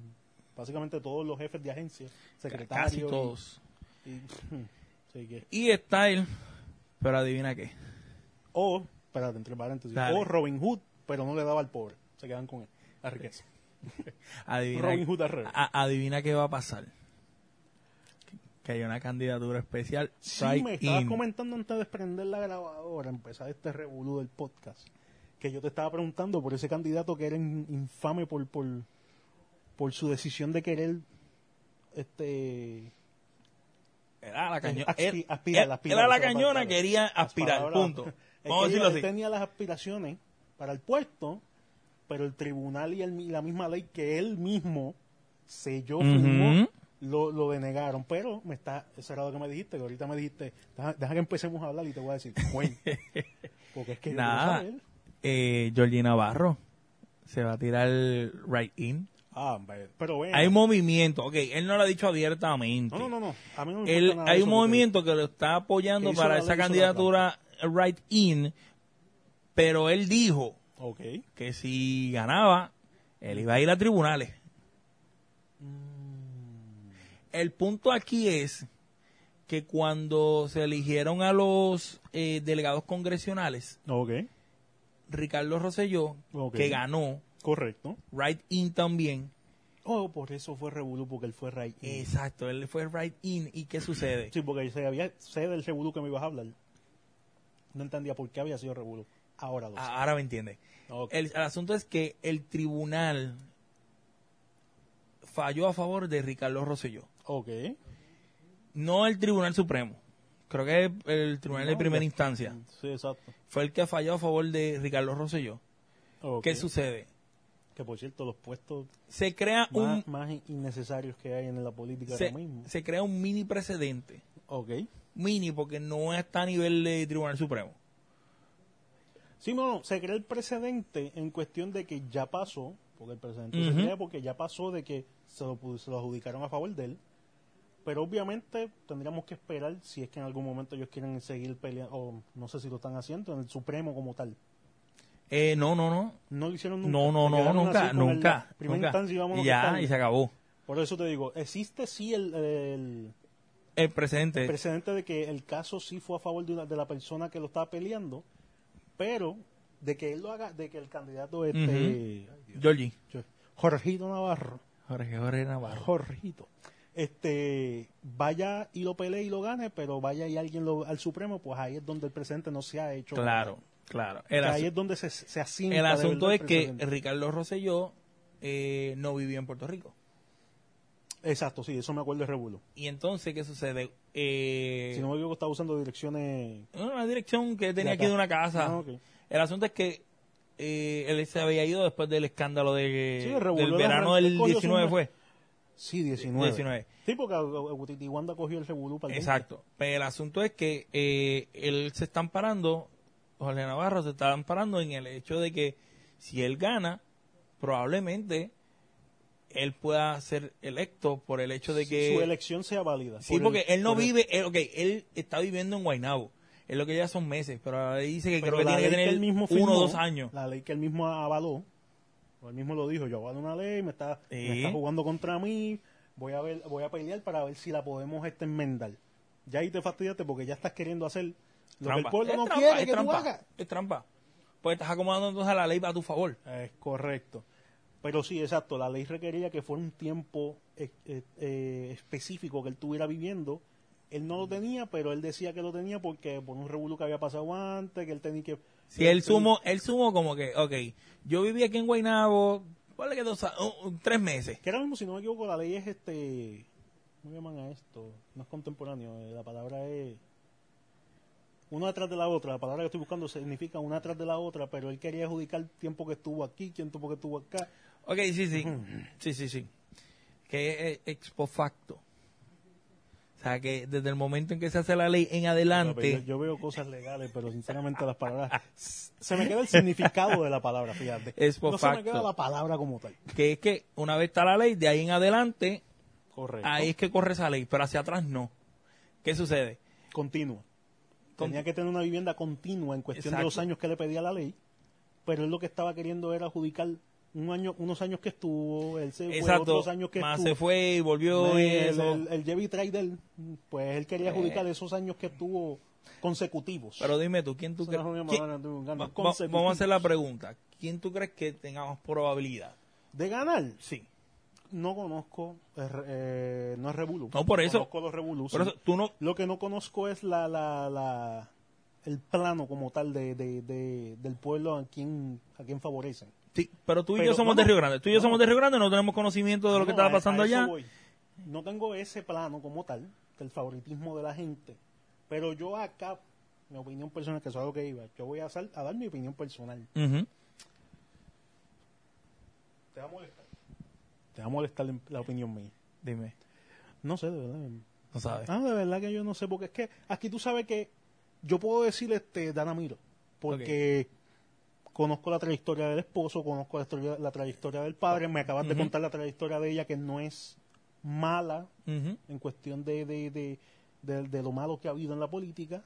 S2: básicamente todos los jefes de agencia, secretarios.
S1: Casi
S2: y-
S1: todos.
S2: y- sí que-
S1: Y está él, pero adivina qué.
S2: o, espérate, entre paréntesis,
S1: Dale.
S2: o Robin Hood, pero no le daba al pobre. Se quedan con él, la riqueza.
S1: Adivina,
S2: Robin Hood al revés.
S1: a- adivina qué va a pasar. Que hay una candidatura especial.
S2: Sí,
S1: right
S2: me estabas
S1: in.
S2: comentando antes de prender la grabadora, empezar este revolú del podcast, que yo te estaba preguntando por ese candidato que era in- infame por, por, por su decisión de querer este
S1: Era la cañona.
S2: Aspi-
S1: Él-
S2: aspira,
S1: él-
S2: la aspira,
S1: era la
S2: esa es la
S1: cañona,
S2: palabra.
S1: quería
S2: Las
S1: aspirar,
S2: palabras-
S1: punto.
S2: Es que
S1: Vamos a
S2: ella
S1: decirlo así.
S2: tenía las aspiraciones para el puesto, pero el tribunal y, el mi- la misma ley que él mismo selló, firmó,
S1: Ujú.
S2: lo, lo denegaron. Pero me está, eso era lo que me dijiste, que ahorita me dijiste, deja, deja que empecemos a hablar y te voy a decir, güey. Porque es que yo quiero
S1: Nada.
S2: saber.
S1: Eh, Georgie Navarro se va a tirar right in.
S2: Ah, hombre, pero bueno.
S1: Hay un movimiento, ok, él no lo ha dicho abiertamente.
S2: no, no, no, no. A mí no me
S1: Él,
S2: importa nada
S1: hay
S2: eso
S1: un
S2: porque-
S1: movimiento que lo está apoyando
S2: que hizo
S1: para
S2: la
S1: esa
S2: ley, hizo la
S1: candidatura right in, pero él dijo
S2: Ok.
S1: que si ganaba, él iba a ir a tribunales. El punto aquí es que cuando se eligieron a los eh, delegados congresionales,
S2: Ok.
S1: Ricardo Rosselló,
S2: Ok.
S1: que ganó,
S2: Correcto.
S1: right in también,
S2: Oh, por eso fue Revolu, porque él fue Ray.
S1: Mm. exacto, él fue right in, ¿y qué sucede?
S2: Mm. Sí, porque se había, sé del revolú que me ibas a hablar. No entendía por qué había sido revolú. Ahora lo sé.
S1: Ah, Ahora me entiende.
S2: Ok.
S1: El, el asunto es que el tribunal falló a favor de Ricardo Rosselló.
S2: ok.
S1: No el Tribunal Supremo. Creo que el, Tribunal de
S2: No,
S1: Primera
S2: ya. Mm.
S1: Instancia
S2: Sí, exacto.
S1: fue el que falló a favor de Ricardo Rosselló.
S2: Ok.
S1: ¿Qué sucede?
S2: Que por cierto, los puestos
S1: Se crea un
S2: más, más in- innecesarios que hay en la política
S1: se,
S2: ahora mismo.
S1: se crea un mini precedente.
S2: Ok.
S1: Mini porque no está a nivel de Tribunal Supremo.
S2: Sí, no, no, se crea el precedente en cuestión de que ya pasó, porque el precedente se
S1: Ujú.
S2: crea porque ya pasó de que se lo, pu- se lo adjudicaron a favor de él. Pero obviamente tendríamos que esperar si es que en algún momento ellos quieren seguir peleando, o no sé si lo están haciendo, en el Supremo como tal.
S1: Eh, no, no, no.
S2: No lo hicieron nunca.
S1: No, no,
S2: Se
S1: no,
S2: quedaron
S1: nunca,
S2: así con el-
S1: nunca.
S2: primera
S1: nunca.
S2: instancia y vámonos
S1: Y ya,
S2: tarde.
S1: y se acabó.
S2: Por eso te digo, existe sí el, el
S1: El precedente.
S2: precedente de que el caso sí fue a favor de, una- de la persona que lo estaba peleando, pero de que él lo haga, de que el candidato este... ay, Dios,
S1: Georgie.
S2: yo- Jorgito Navarro,
S1: Jorge Jorge Navarro.
S2: Jorgito, este, vaya y lo pelee y lo gane, pero vaya y alguien lo- al Supremo, pues ahí es donde el precedente no se ha hecho.
S1: Claro, claro.
S2: Que
S1: El,
S2: ahí
S1: asu-
S2: es donde se, se asienta
S1: el
S2: de
S1: asunto
S2: verdad
S1: es
S2: el
S1: que
S2: precedente.
S1: Ricardo Rosselló eh, no vivió en Puerto Rico.
S2: Exacto, sí, eso me acuerdo de Rebulo.
S1: Y entonces, ¿qué sucede? Eh,
S2: Si no me equivoco, estaba usando direcciones.
S1: Una dirección que tenía
S2: De
S1: aquí de
S2: acá.
S1: una casa.
S2: Ah, ok.
S1: El asunto es que eh, él se había ido después del escándalo
S2: Sí,
S1: de,
S2: revolvió
S1: del
S2: la
S1: verano
S2: arran-
S1: del
S2: él cogió su
S1: 19,
S2: mes.
S1: fue.
S2: Sí, 19.
S1: 19.
S2: Sí, porque Agutitiwanda cogió el revolú para el
S1: Exacto. Pero el asunto es que eh, él se está amparando, Jorge Navarro se está amparando en el hecho de que si él gana, probablemente él pueda ser electo por el hecho de
S2: 20. Su
S1: que...
S2: elección sea válida.
S1: Sí,
S2: Por el-
S1: porque él no
S2: por el-
S1: vive, él, ok, él está viviendo en Guaynabo. Es lo que ya son meses, pero ahí dice que
S2: pero
S1: creo que
S2: la
S1: tiene que
S2: ley
S1: tener
S2: él mismo
S1: uno
S2: firmó,
S1: o dos años.
S2: La ley que él mismo avaló. o Él mismo lo dijo: Yo avalo una ley, me está, me
S1: Sí.
S2: está jugando contra mí. Voy a, ver, voy a pelear para ver si la podemos este, enmendar. Ya ahí te fastidiaste porque ya estás queriendo hacer lo que el
S1: Trampa.
S2: pueblo
S1: Es
S2: no
S1: trampa,
S2: quiere
S1: es
S2: que
S1: trampa,
S2: tú hagas.
S1: Es trampa. Pues estás acomodando entonces la ley para tu favor.
S2: Eh, Es correcto. Pero sí, exacto, la ley requería que fuera un tiempo eh, eh, eh, específico que él estuviera viviendo. Él no lo tenía, pero él decía que lo tenía porque por un revuelo que había pasado antes, que él tenía que...
S1: Si él sumo, él sumo como que, ok, yo viví aquí en Guaynabo, ponle que dos, a- uh, uh, tres meses.
S2: Que ahora mismo, si no me equivoco, la ley es este. ¿Cómo llaman a esto? No es contemporáneo, eh, la palabra es. Una atrás de la otra, la palabra que estoy buscando significa una atrás de la otra, pero él quería adjudicar el tiempo que estuvo aquí, tiempo que estuvo acá.
S1: Ok, sí, sí. Sí, sí, sí. Que es ex post facto. O sea, que desde el momento en que se hace la ley en
S2: Yo,
S1: adelante.
S2: yo veo cosas legales, pero sinceramente las palabras. Se me queda el significado de la palabra, fíjate.
S1: Es por
S2: no se me queda
S1: facto.
S2: la palabra como tal.
S1: Que es que una vez está la ley, de ahí en adelante,
S2: Correcto.
S1: ahí es que corre esa ley, pero hacia atrás no. ¿Qué sucede?
S2: Continua. Tenía que tener una vivienda continua en cuestión de
S1: Exacto.
S2: los años que le pedía la ley, pero él lo que estaba queriendo era adjudicar un año, unos años que estuvo, él se fue
S1: Exacto.
S2: otros años que
S1: Más se
S2: estuvo.
S1: fue y volvió y
S2: el,
S1: eso.
S2: el, el Jevi Trader, pues él quería adjudicar esos años que estuvo consecutivos.
S1: Eh. Pero dime tú, ¿quién tú
S2: Eso
S1: crees?
S2: es una
S1: ¿Quién-
S2: manera de un
S1: Va-
S2: gano.
S1: va- vamos a hacer la pregunta. ¿Quién tú crees que tengamos probabilidad?
S2: De ganar,
S1: Sí.
S2: no conozco, eh, eh, no es Revolu.
S1: No, por eso.
S2: Conozco los Revolu.
S1: Por eso, tú no.
S2: Lo que no conozco es la, la, la- el plano como tal de, de- de- del pueblo a quien, a quien favorecen.
S1: sí, pero tú y
S2: Pero,
S1: yo somos
S2: no,
S1: de
S2: no.
S1: Río Grande. Tú y yo
S2: No.
S1: somos de Río Grande, no tenemos conocimiento de lo que
S2: No,
S1: estaba
S2: a-
S1: pasando
S2: a eso
S1: allá.
S2: voy. No tengo ese plano como tal, del favoritismo de la gente. Pero yo acá, mi opinión personal, que eso es a lo que iba, yo voy a, sal- a dar mi opinión personal.
S1: Ujú.
S2: Te va a molestar. Te va a molestar la- la opinión mía.
S1: Dime,
S2: No sé, de verdad.
S1: no sabes.
S2: Ah, de verdad que yo no sé, porque es que aquí tú sabes que yo puedo decir este Danamiro, porque conozco la trayectoria del esposo, conozco la, historia- la trayectoria del padre, me acabas de
S1: Ujú.
S2: contar la trayectoria de ella que no es mala
S1: Ujú.
S2: en cuestión de, de, de, de- de lo malo que ha habido en la política,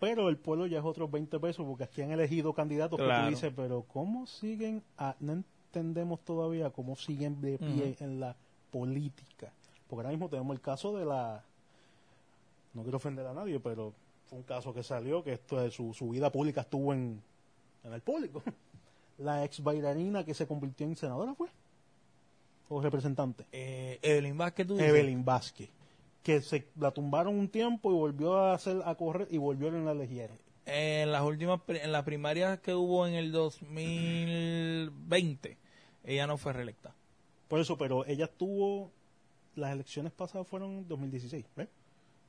S2: pero el pueblo ya es otros 20 pesos, porque aquí han elegido candidatos que
S1: Claro.
S2: tú dices, pero ¿cómo siguen? a- no entendemos todavía cómo siguen de pie en la política. Porque ahora mismo tenemos el caso de la... No quiero ofender a nadie, pero fue un caso que salió, que esto, su, su vida pública estuvo en, en el público. La ex bailarina que se convirtió en senadora fue. O representante.
S1: Eh, Evelyn Vázquez, tú dices.
S2: Evelyn Vázquez, que se la tumbaron un tiempo y volvió a hacer a correr y volvieron a la eligieron.
S1: En las últimas, pri- en las primarias que hubo en el 2020, ella no fue reelecta.
S2: Por eso, pero ella estuvo las elecciones pasadas fueron 2016, ¿ves?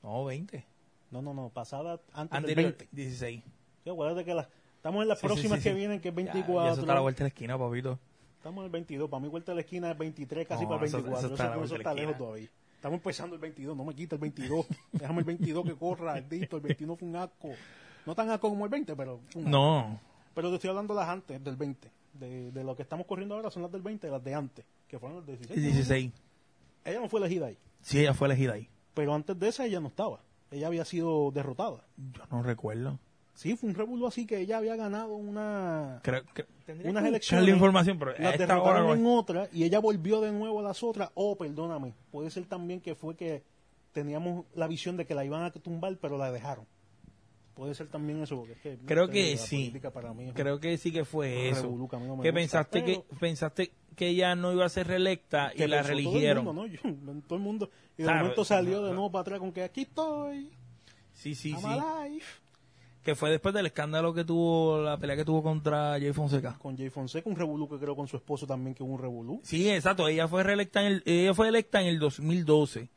S1: No, 20.
S2: No, no, no, pasada antes
S1: Antes
S2: del
S1: del
S2: 20.
S1: 16.
S2: Sí, acuérdate que las estamos en las
S1: Sí, sí,
S2: próximas
S1: sí,
S2: que
S1: sí.
S2: vienen que es
S1: Ya, ya
S2: 24.
S1: eso está a la vuelta de la esquina, papito.
S2: Estamos en el 22, para mí vuelta de la esquina es 23, casi
S1: No,
S2: para el
S1: eso- eso
S2: 24. Eso,
S1: está a la
S2: eso
S1: vuelta de la
S2: está lejos
S1: esquina.
S2: todavía. Estamos empezando el 22, no me quita el 22. Déjame el 22 que corra, Ardito, el 21 fue un asco. No tan asco como el 20, pero fue un
S1: No.
S2: Pero te estoy hablando las antes, del 20. De, de lo que estamos corriendo ahora son las del 20, las de antes, que fueron las 16.
S1: 16.
S2: Ella no fue elegida ahí.
S1: Sí, ella fue elegida ahí.
S2: Pero antes de esa ella no estaba. Ella había sido derrotada.
S1: Yo no recuerdo.
S2: Sí, fue un revuelo así que ella había ganado una,
S1: Creo que
S2: unas
S1: buscar
S2: elecciones.
S1: la información, pero a
S2: las
S1: esta hora
S2: derrotaron en
S1: no.
S2: otra y ella volvió de nuevo a las otras. Oh, perdóname. Puede ser también que fue que teníamos la visión de que la iban a tumbar, pero la dejaron. Puede ser también eso. Porque es que, no
S1: Creo
S2: sé,
S1: que
S2: la
S1: sí.
S2: política para mí es un-
S1: Creo que sí que fue
S2: Revolú,
S1: eso.
S2: que a mí no me
S1: Que
S2: gusta,
S1: pensaste que
S2: pero-
S1: pensaste que ella no iba a ser reelecta y
S2: que
S1: la
S2: pensó todo el
S1: religieron.
S2: mundo, ¿no? Yo- todo el mundo. Y de
S1: Claro,
S2: momento salió
S1: no,
S2: de
S1: no.
S2: nuevo para atrás con que aquí estoy.
S1: Sí, sí,
S2: I'm
S1: sí.
S2: alive.
S1: Que fue después del escándalo que tuvo la pelea que tuvo contra Jay Fonseca.
S2: Con Jay Fonseca, un revolú que creo con su esposo también, que hubo un revolú.
S1: Sí, exacto. Ella fue reelecta en el, ella fue electa en el 2012.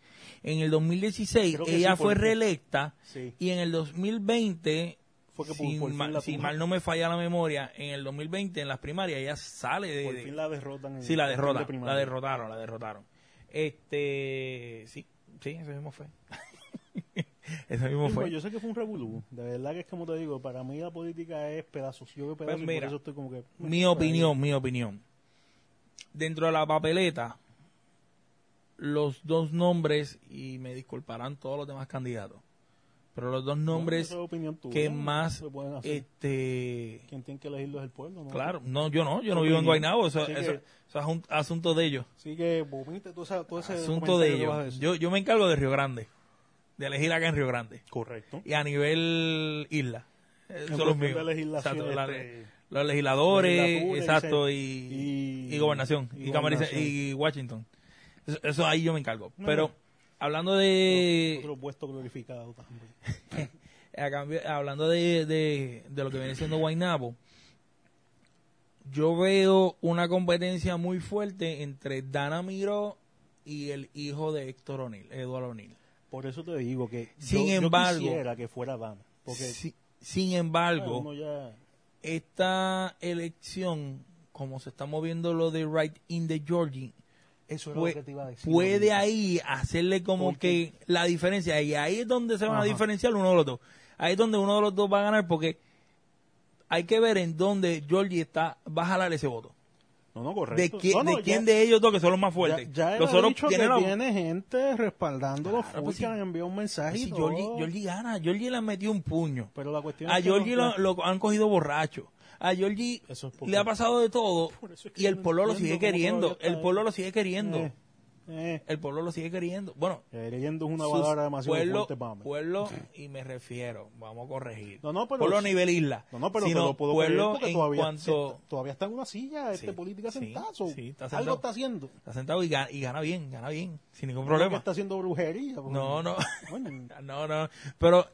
S1: En el 2016
S2: Creo que
S1: ella
S2: sí,
S1: fue
S2: porque-
S1: reelecta
S2: Sí.
S1: y en el 2020
S2: Fue que por-
S1: si,
S2: por fin
S1: ma-
S2: la
S1: si
S2: tuvo.
S1: mal no me falla la memoria, en el 2020 en las primarias ella sale de,
S2: Por
S1: de-
S2: fin la derrotan. en-
S1: sí la
S2: en
S1: derrota,
S2: de
S1: la
S2: primaria.
S1: derrotaron, la derrotaron. Este, sí, sí, ese mismo fue. ese mismo
S2: Sí, pues,
S1: fue.
S2: yo sé que fue un revolú. De verdad que es como te digo, para mí la política es pedazos. Yo veo pedazos y por
S1: Pues mira,
S2: eso estoy como que.
S1: Mi opinión, mi opinión. Dentro de la papeleta los dos nombres y me disculparán todos los demás candidatos, pero los dos
S2: Bueno,
S1: nombres
S2: esa es opinión tuya,
S1: que
S2: ¿no?
S1: más
S2: Se pueden hacer.
S1: este
S2: Quien tiene que elegirlo es el pueblo, ¿no?
S1: Claro, no, yo no, yo no
S2: Opinión.
S1: vivo en Guaynabo, eso,
S2: Así
S1: eso-
S2: que-
S1: eso es un asunto de ellos.
S2: Así que vomite todo, esa- todo ese.
S1: Asunto
S2: comentario
S1: de
S2: que vas a
S1: ellos.
S2: decir.
S1: Yo, yo me encargo de Río Grande, de elegir acá en Río Grande
S2: Correcto.
S1: y a nivel isla. Eh, Son los
S2: cuestión de
S1: míos.
S2: legislación,
S1: Exacto, la-
S2: este,
S1: los legisladores,
S2: legislatura,
S1: exacto,
S2: y-
S1: y,
S2: y-
S1: y gobernación,
S2: y
S1: y, Cámara y se-
S2: gobernación.
S1: y Washington. Eso, eso ahí yo me encargo.
S2: Bueno.
S1: Pero hablando de...
S2: Otro puesto glorificado también.
S1: a cambio, hablando de, de, de lo que viene siendo Guaynabo, yo veo una competencia muy fuerte entre Dana Miró y el hijo de Héctor O'Neill, Eduardo O'Neill.
S2: Por eso te digo que
S1: Sin
S2: yo, yo
S1: embargo-
S2: quisiera que fuera Dana. Porque
S1: Si- sin
S2: claro,
S1: embargo,
S2: uno ya-
S1: esta elección, como se está moviendo lo de Right in the Georgie,
S2: eso era
S1: pue-
S2: lo que te iba a decir.
S1: puede
S2: ahorita.
S1: ahí hacerle como
S2: Porque-
S1: que la diferencia. Y ahí es donde se van a
S2: Ajá.
S1: diferenciar uno de los dos. Ahí es donde uno de los dos va a ganar porque hay que ver en dónde Georgie está, va a jalar ese voto.
S2: No, no, correcto.
S1: De, quién-
S2: No, no,
S1: de
S2: ya-
S1: quién de ellos dos que son los más
S2: Ya,
S1: fuertes.
S2: ya él
S1: los
S2: ha
S1: otros
S2: dicho
S1: tienen
S2: que
S1: la-
S2: tiene gente respaldando los
S1: Claro,
S2: Fulcan,
S1: pues sí.
S2: envió un mensaje. y
S1: Sí,
S2: todo.
S1: Georgie, Georgie gana. Georgie le metió un puño.
S2: Pero la cuestión
S1: A
S2: es que
S1: Georgie
S2: no-
S1: lo, lo han cogido borracho. A Georgie
S2: Eso es porque-
S1: le ha pasado de todo
S2: Por eso es que
S1: y el
S2: no
S1: pueblo lo
S2: entiendo
S1: sigue
S2: cómo
S1: queriendo.
S2: todavía está
S1: El
S2: ahí.
S1: pueblo lo sigue queriendo.
S2: Eh, eh,
S1: El pueblo lo sigue queriendo. Bueno,
S2: eh, leyendo es una
S1: sus-
S2: palabra demasiado
S1: pueblo,
S2: fuerte para mí.
S1: pueblo, y me refiero, vamos a corregir.
S2: No, no, pero-
S1: pueblo a nivel isla.
S2: No, no, pero
S1: sino
S2: te lo puedo creer
S1: pueblo
S2: porque
S1: en
S2: todavía,
S1: cuanto
S2: se- todavía está en una silla este
S1: Sí,
S2: política
S1: sí,
S2: sentado. so,
S1: sí, está
S2: Algo
S1: sentado.
S2: está haciendo.
S1: está sentado y gana, y gana bien, gana bien, sin ningún
S2: Que
S1: problema.
S2: Está haciendo brujería. pues. porque-
S1: No, no.
S2: Coño.
S1: No, no, pero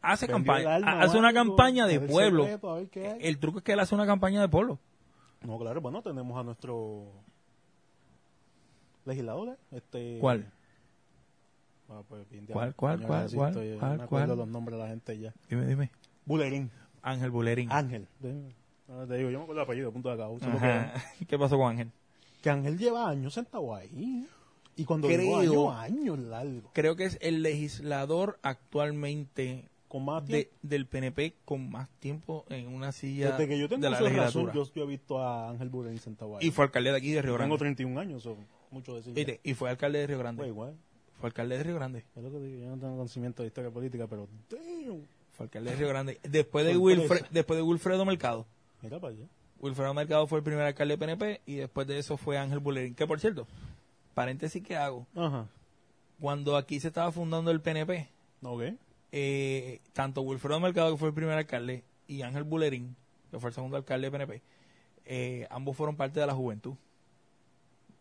S1: hace
S2: Vendió el
S1: campaña,
S2: alma,
S1: hace una
S2: algo,
S1: campaña de
S2: a ver si
S1: pueblo.
S2: reto, a ver qué hay.
S1: El truco es que él hace una campaña de pueblo.
S2: No, claro, bueno, tenemos a nuestro legislador. Este,
S1: ¿Cuál?
S2: Ah, pues, bien,
S1: ¿Cuál,
S2: ya,
S1: cuál,
S2: ya
S1: cuál,
S2: así
S1: cuál,
S2: estoy, eh,
S1: cuál,
S2: me acuerdo
S1: cuál?
S2: los nombres de la gente ya.
S1: Dime, dime.
S2: Bulerín.
S1: Ángel Bulerín.
S2: Ángel. de- ahora te digo, yo me acuerdo el apellido, punto de acá. sé lo que
S1: Ajá.
S2: es.
S1: ¿Qué pasó con Ángel?
S2: Que Ángel lleva años sentado ahí. Y cuando
S1: Creo-
S2: digo años, años largo.
S1: Creo que es el legislador actualmente
S2: Con más
S1: de-
S2: tiempo.
S1: del PNP con más tiempo en una silla
S2: Desde que yo tengo
S1: de la
S2: uso de razón,
S1: legislatura.
S2: yo, yo he visto a Ángel Bulerín sentado ahí.
S1: Y fue alcalde de aquí de Río
S2: tengo
S1: Grande.
S2: 31 años, son mucho decir. ya.
S1: Viste, Y fue alcalde de Río Grande.
S2: Pues igual.
S1: Fue alcalde de Río Grande.
S2: Es lo que digo, yo no tengo conocimiento de historia política, pero damn.
S1: Fue alcalde de Río Grande. Después de,
S2: Sorpresa.
S1: Wilfre- después de Wilfredo Mercado.
S2: Mira para allá.
S1: Wilfredo Mercado fue el primer alcalde de PNP y después de eso fue Ángel Bulerín. Que por cierto, paréntesis que hago.
S2: Ajá.
S1: Cuando aquí se estaba fundando el PNP,
S2: Ok.
S1: eh, tanto Wilfredo Mercado, que fue el primer alcalde, y Ángel Bulerín, que fue el segundo alcalde de PNP, eh, ambos fueron parte de la juventud.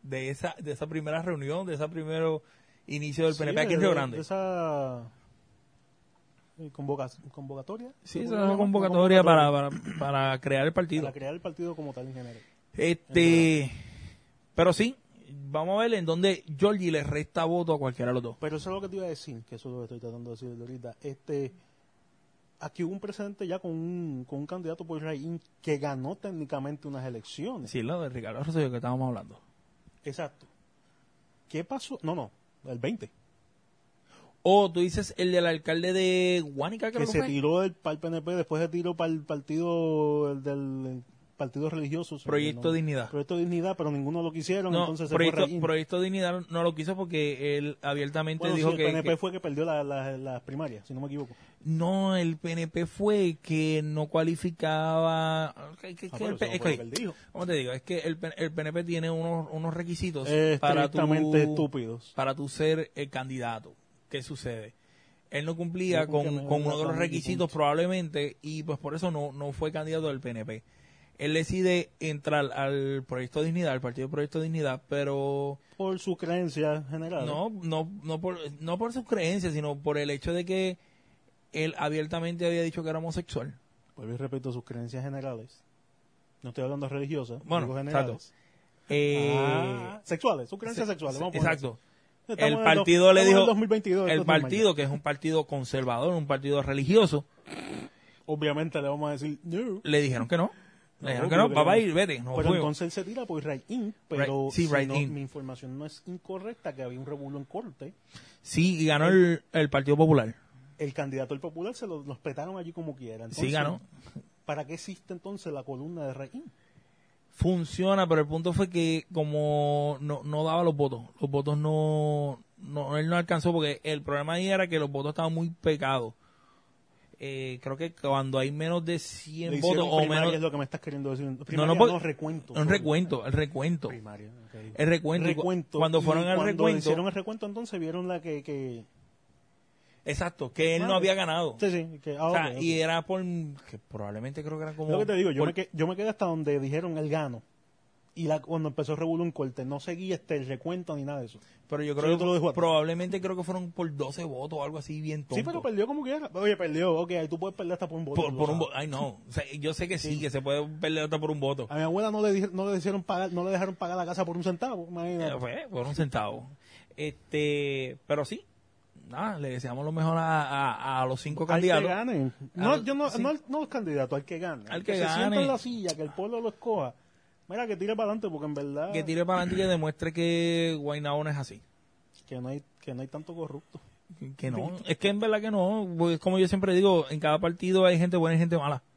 S1: De esa, de esa primera reunión, de ese primer inicio del
S2: Sí,
S1: PNP aquí en
S2: de-
S1: Río
S2: de-
S1: Grande.
S2: de esa eh, convoca- convocatoria.
S1: Sí, esa
S2: ¿Cómo se
S1: es una
S2: llama?
S1: convocatoria para, para, para crear el partido.
S2: para crear el partido como tal en general.
S1: Este, pero sí, vamos a ver en dónde Georgie le resta voto a cualquiera de los dos.
S2: Pero eso es lo que te iba a decir, que eso es lo que estoy tratando de decir de ahorita. Este, aquí hubo un precedente ya con un, con un candidato por Israel que ganó técnicamente unas elecciones.
S1: Sí, lo de Ricardo Rosselló que estábamos hablando.
S2: Exacto. ¿Qué pasó? No, no, el 20.
S1: O tú dices el del alcalde de Guánica, creo
S2: Que
S1: que,
S2: se
S1: fue.
S2: tiró del, para el PNP, después se tiró para el partido el del partido religioso. se me
S1: Proyecto
S2: olvidó.
S1: Dignidad.
S2: Proyecto Dignidad, pero ninguno lo quisieron,
S1: No,
S2: entonces se fue
S1: proyecto,
S2: Raín.
S1: proyecto Dignidad no lo quiso porque él abiertamente
S2: Bueno,
S1: dijo
S2: sí, el
S1: que,
S2: PNP
S1: que-
S2: fue que perdió la- la- las primarias, si no me equivoco.
S1: no, el PNP fue que no cualificaba. que- que- que
S2: Ah, pero
S1: el P-
S2: eso
S1: es
S2: fue lo
S1: que-
S2: que él dijo.
S1: ¿Cómo te digo? Es que el, P- el PNP tiene unos, unos requisitos para tu,
S2: Eh, Estrictamente estúpidos.
S1: para tu ser el candidato. ¿Qué sucede? Él no cumplía
S2: No cumplía
S1: con,
S2: nada,
S1: con uno de los
S2: nada,
S1: requisitos
S2: punto.
S1: probablemente y pues por eso no, no fue candidato del PNP. Él decide entrar al Proyecto Dignidad, al Partido Proyecto Dignidad, pero
S2: Por su creencia general.
S1: no, no, no, por, no por sus creencias, sino por el hecho de que él abiertamente había dicho que era homosexual.
S2: Vuelvo y repito, sus creencias generales. No estoy hablando religiosas,
S1: Bueno,
S2: digo generales.
S1: Eh,
S2: Ah, sexuales, sus creencias
S1: se-
S2: sexuales.
S1: se-
S2: Vamos a poner
S1: exacto.
S2: eso. Estamos en
S1: El
S2: do-
S1: partido le
S2: estamos en
S1: dijo,
S2: el 2022,
S1: el
S2: esto es normal.
S1: partido que es un partido conservador, un partido religioso,
S2: Obviamente le vamos a decir, no.
S1: le dijeron que no. Le
S2: No,
S1: dijeron que
S2: obvio
S1: no,
S2: que
S1: papá,
S2: no.
S1: ir, vete. No
S2: pero
S1: fuimos.
S2: entonces él se tira por Ray-In, pero
S1: Right- sí,
S2: si
S1: Right
S2: no,
S1: In.
S2: mi información no es incorrecta, que había un revuelo en corte.
S1: sí, y ganó el, el Partido Popular.
S2: El candidato del Popular se lo, los petaron allí como quiera.
S1: Sí,
S2: Entonces,
S1: ganó.
S2: ¿Para qué existe entonces la columna de Ray-In?
S1: Funciona, pero el punto fue que como no, no daba los votos, los votos no, no, él no alcanzó porque el problema ahí era que los votos estaban muy pegados. Eh, creo que cuando hay menos de 100 votos o menos...
S2: es lo que me estás queriendo decir.
S1: no,
S2: Primaria,
S1: no,
S2: no,
S1: porque-
S2: recuento.
S1: Un
S2: sorry.
S1: recuento, el recuento.
S2: Primaria, ok.
S1: El recuento. y cu- Cuando
S2: Y
S1: fueron al
S2: cuando
S1: recuento...
S2: hicieron el recuento, entonces vieron la que... que
S1: Exacto, que él no
S2: Madre.
S1: había ganado.
S2: sí, sí, que- ah,
S1: O sea,
S2: ok, ok.
S1: y era por... que probablemente creo que era como...
S2: Lo que te digo, yo,
S1: por-
S2: me, que- yo me quedé hasta donde dijeron el gano. y la, cuando empezó Revolú corte, no seguía este el recuento ni nada de eso.
S1: Pero yo
S2: Sí,
S1: creo
S2: yo te lo dejo
S1: que
S2: a ti.
S1: probablemente creo que fueron por 12 votos o algo así bien tonto.
S2: Sí, pero perdió como quiera. Oye, perdió, ok, ahí tú puedes perder hasta por un voto.
S1: por,
S2: tú
S1: por
S2: lo
S1: un
S2: sabes.
S1: voto. Ay, no. O sea, yo sé que sí, que se puede perder hasta por un voto.
S2: A mi abuela no le, dije- no le hicieron pagar, no le dejaron pagar la casa por un centavo, imagínate.
S1: Eh, fue por un centavo. Este, pero sí. Nada, le deseamos lo mejor a, a- a los cinco
S2: Al que
S1: candidatos.
S2: gane. No,
S1: Al-
S2: yo no,
S1: sí.
S2: no, al- no al candidato, al que gane.
S1: Al que
S2: se sienta
S1: gane.
S2: en la silla, que el pueblo lo escoja. Mira, que tire para adelante, porque en verdad
S1: Que tire para adelante y que demuestre que Guaynabo no es así.
S2: que no hay que no hay tanto corrupto.
S1: Que no. Es que en verdad que no. Pues como yo siempre digo, en cada partido hay gente buena y gente mala.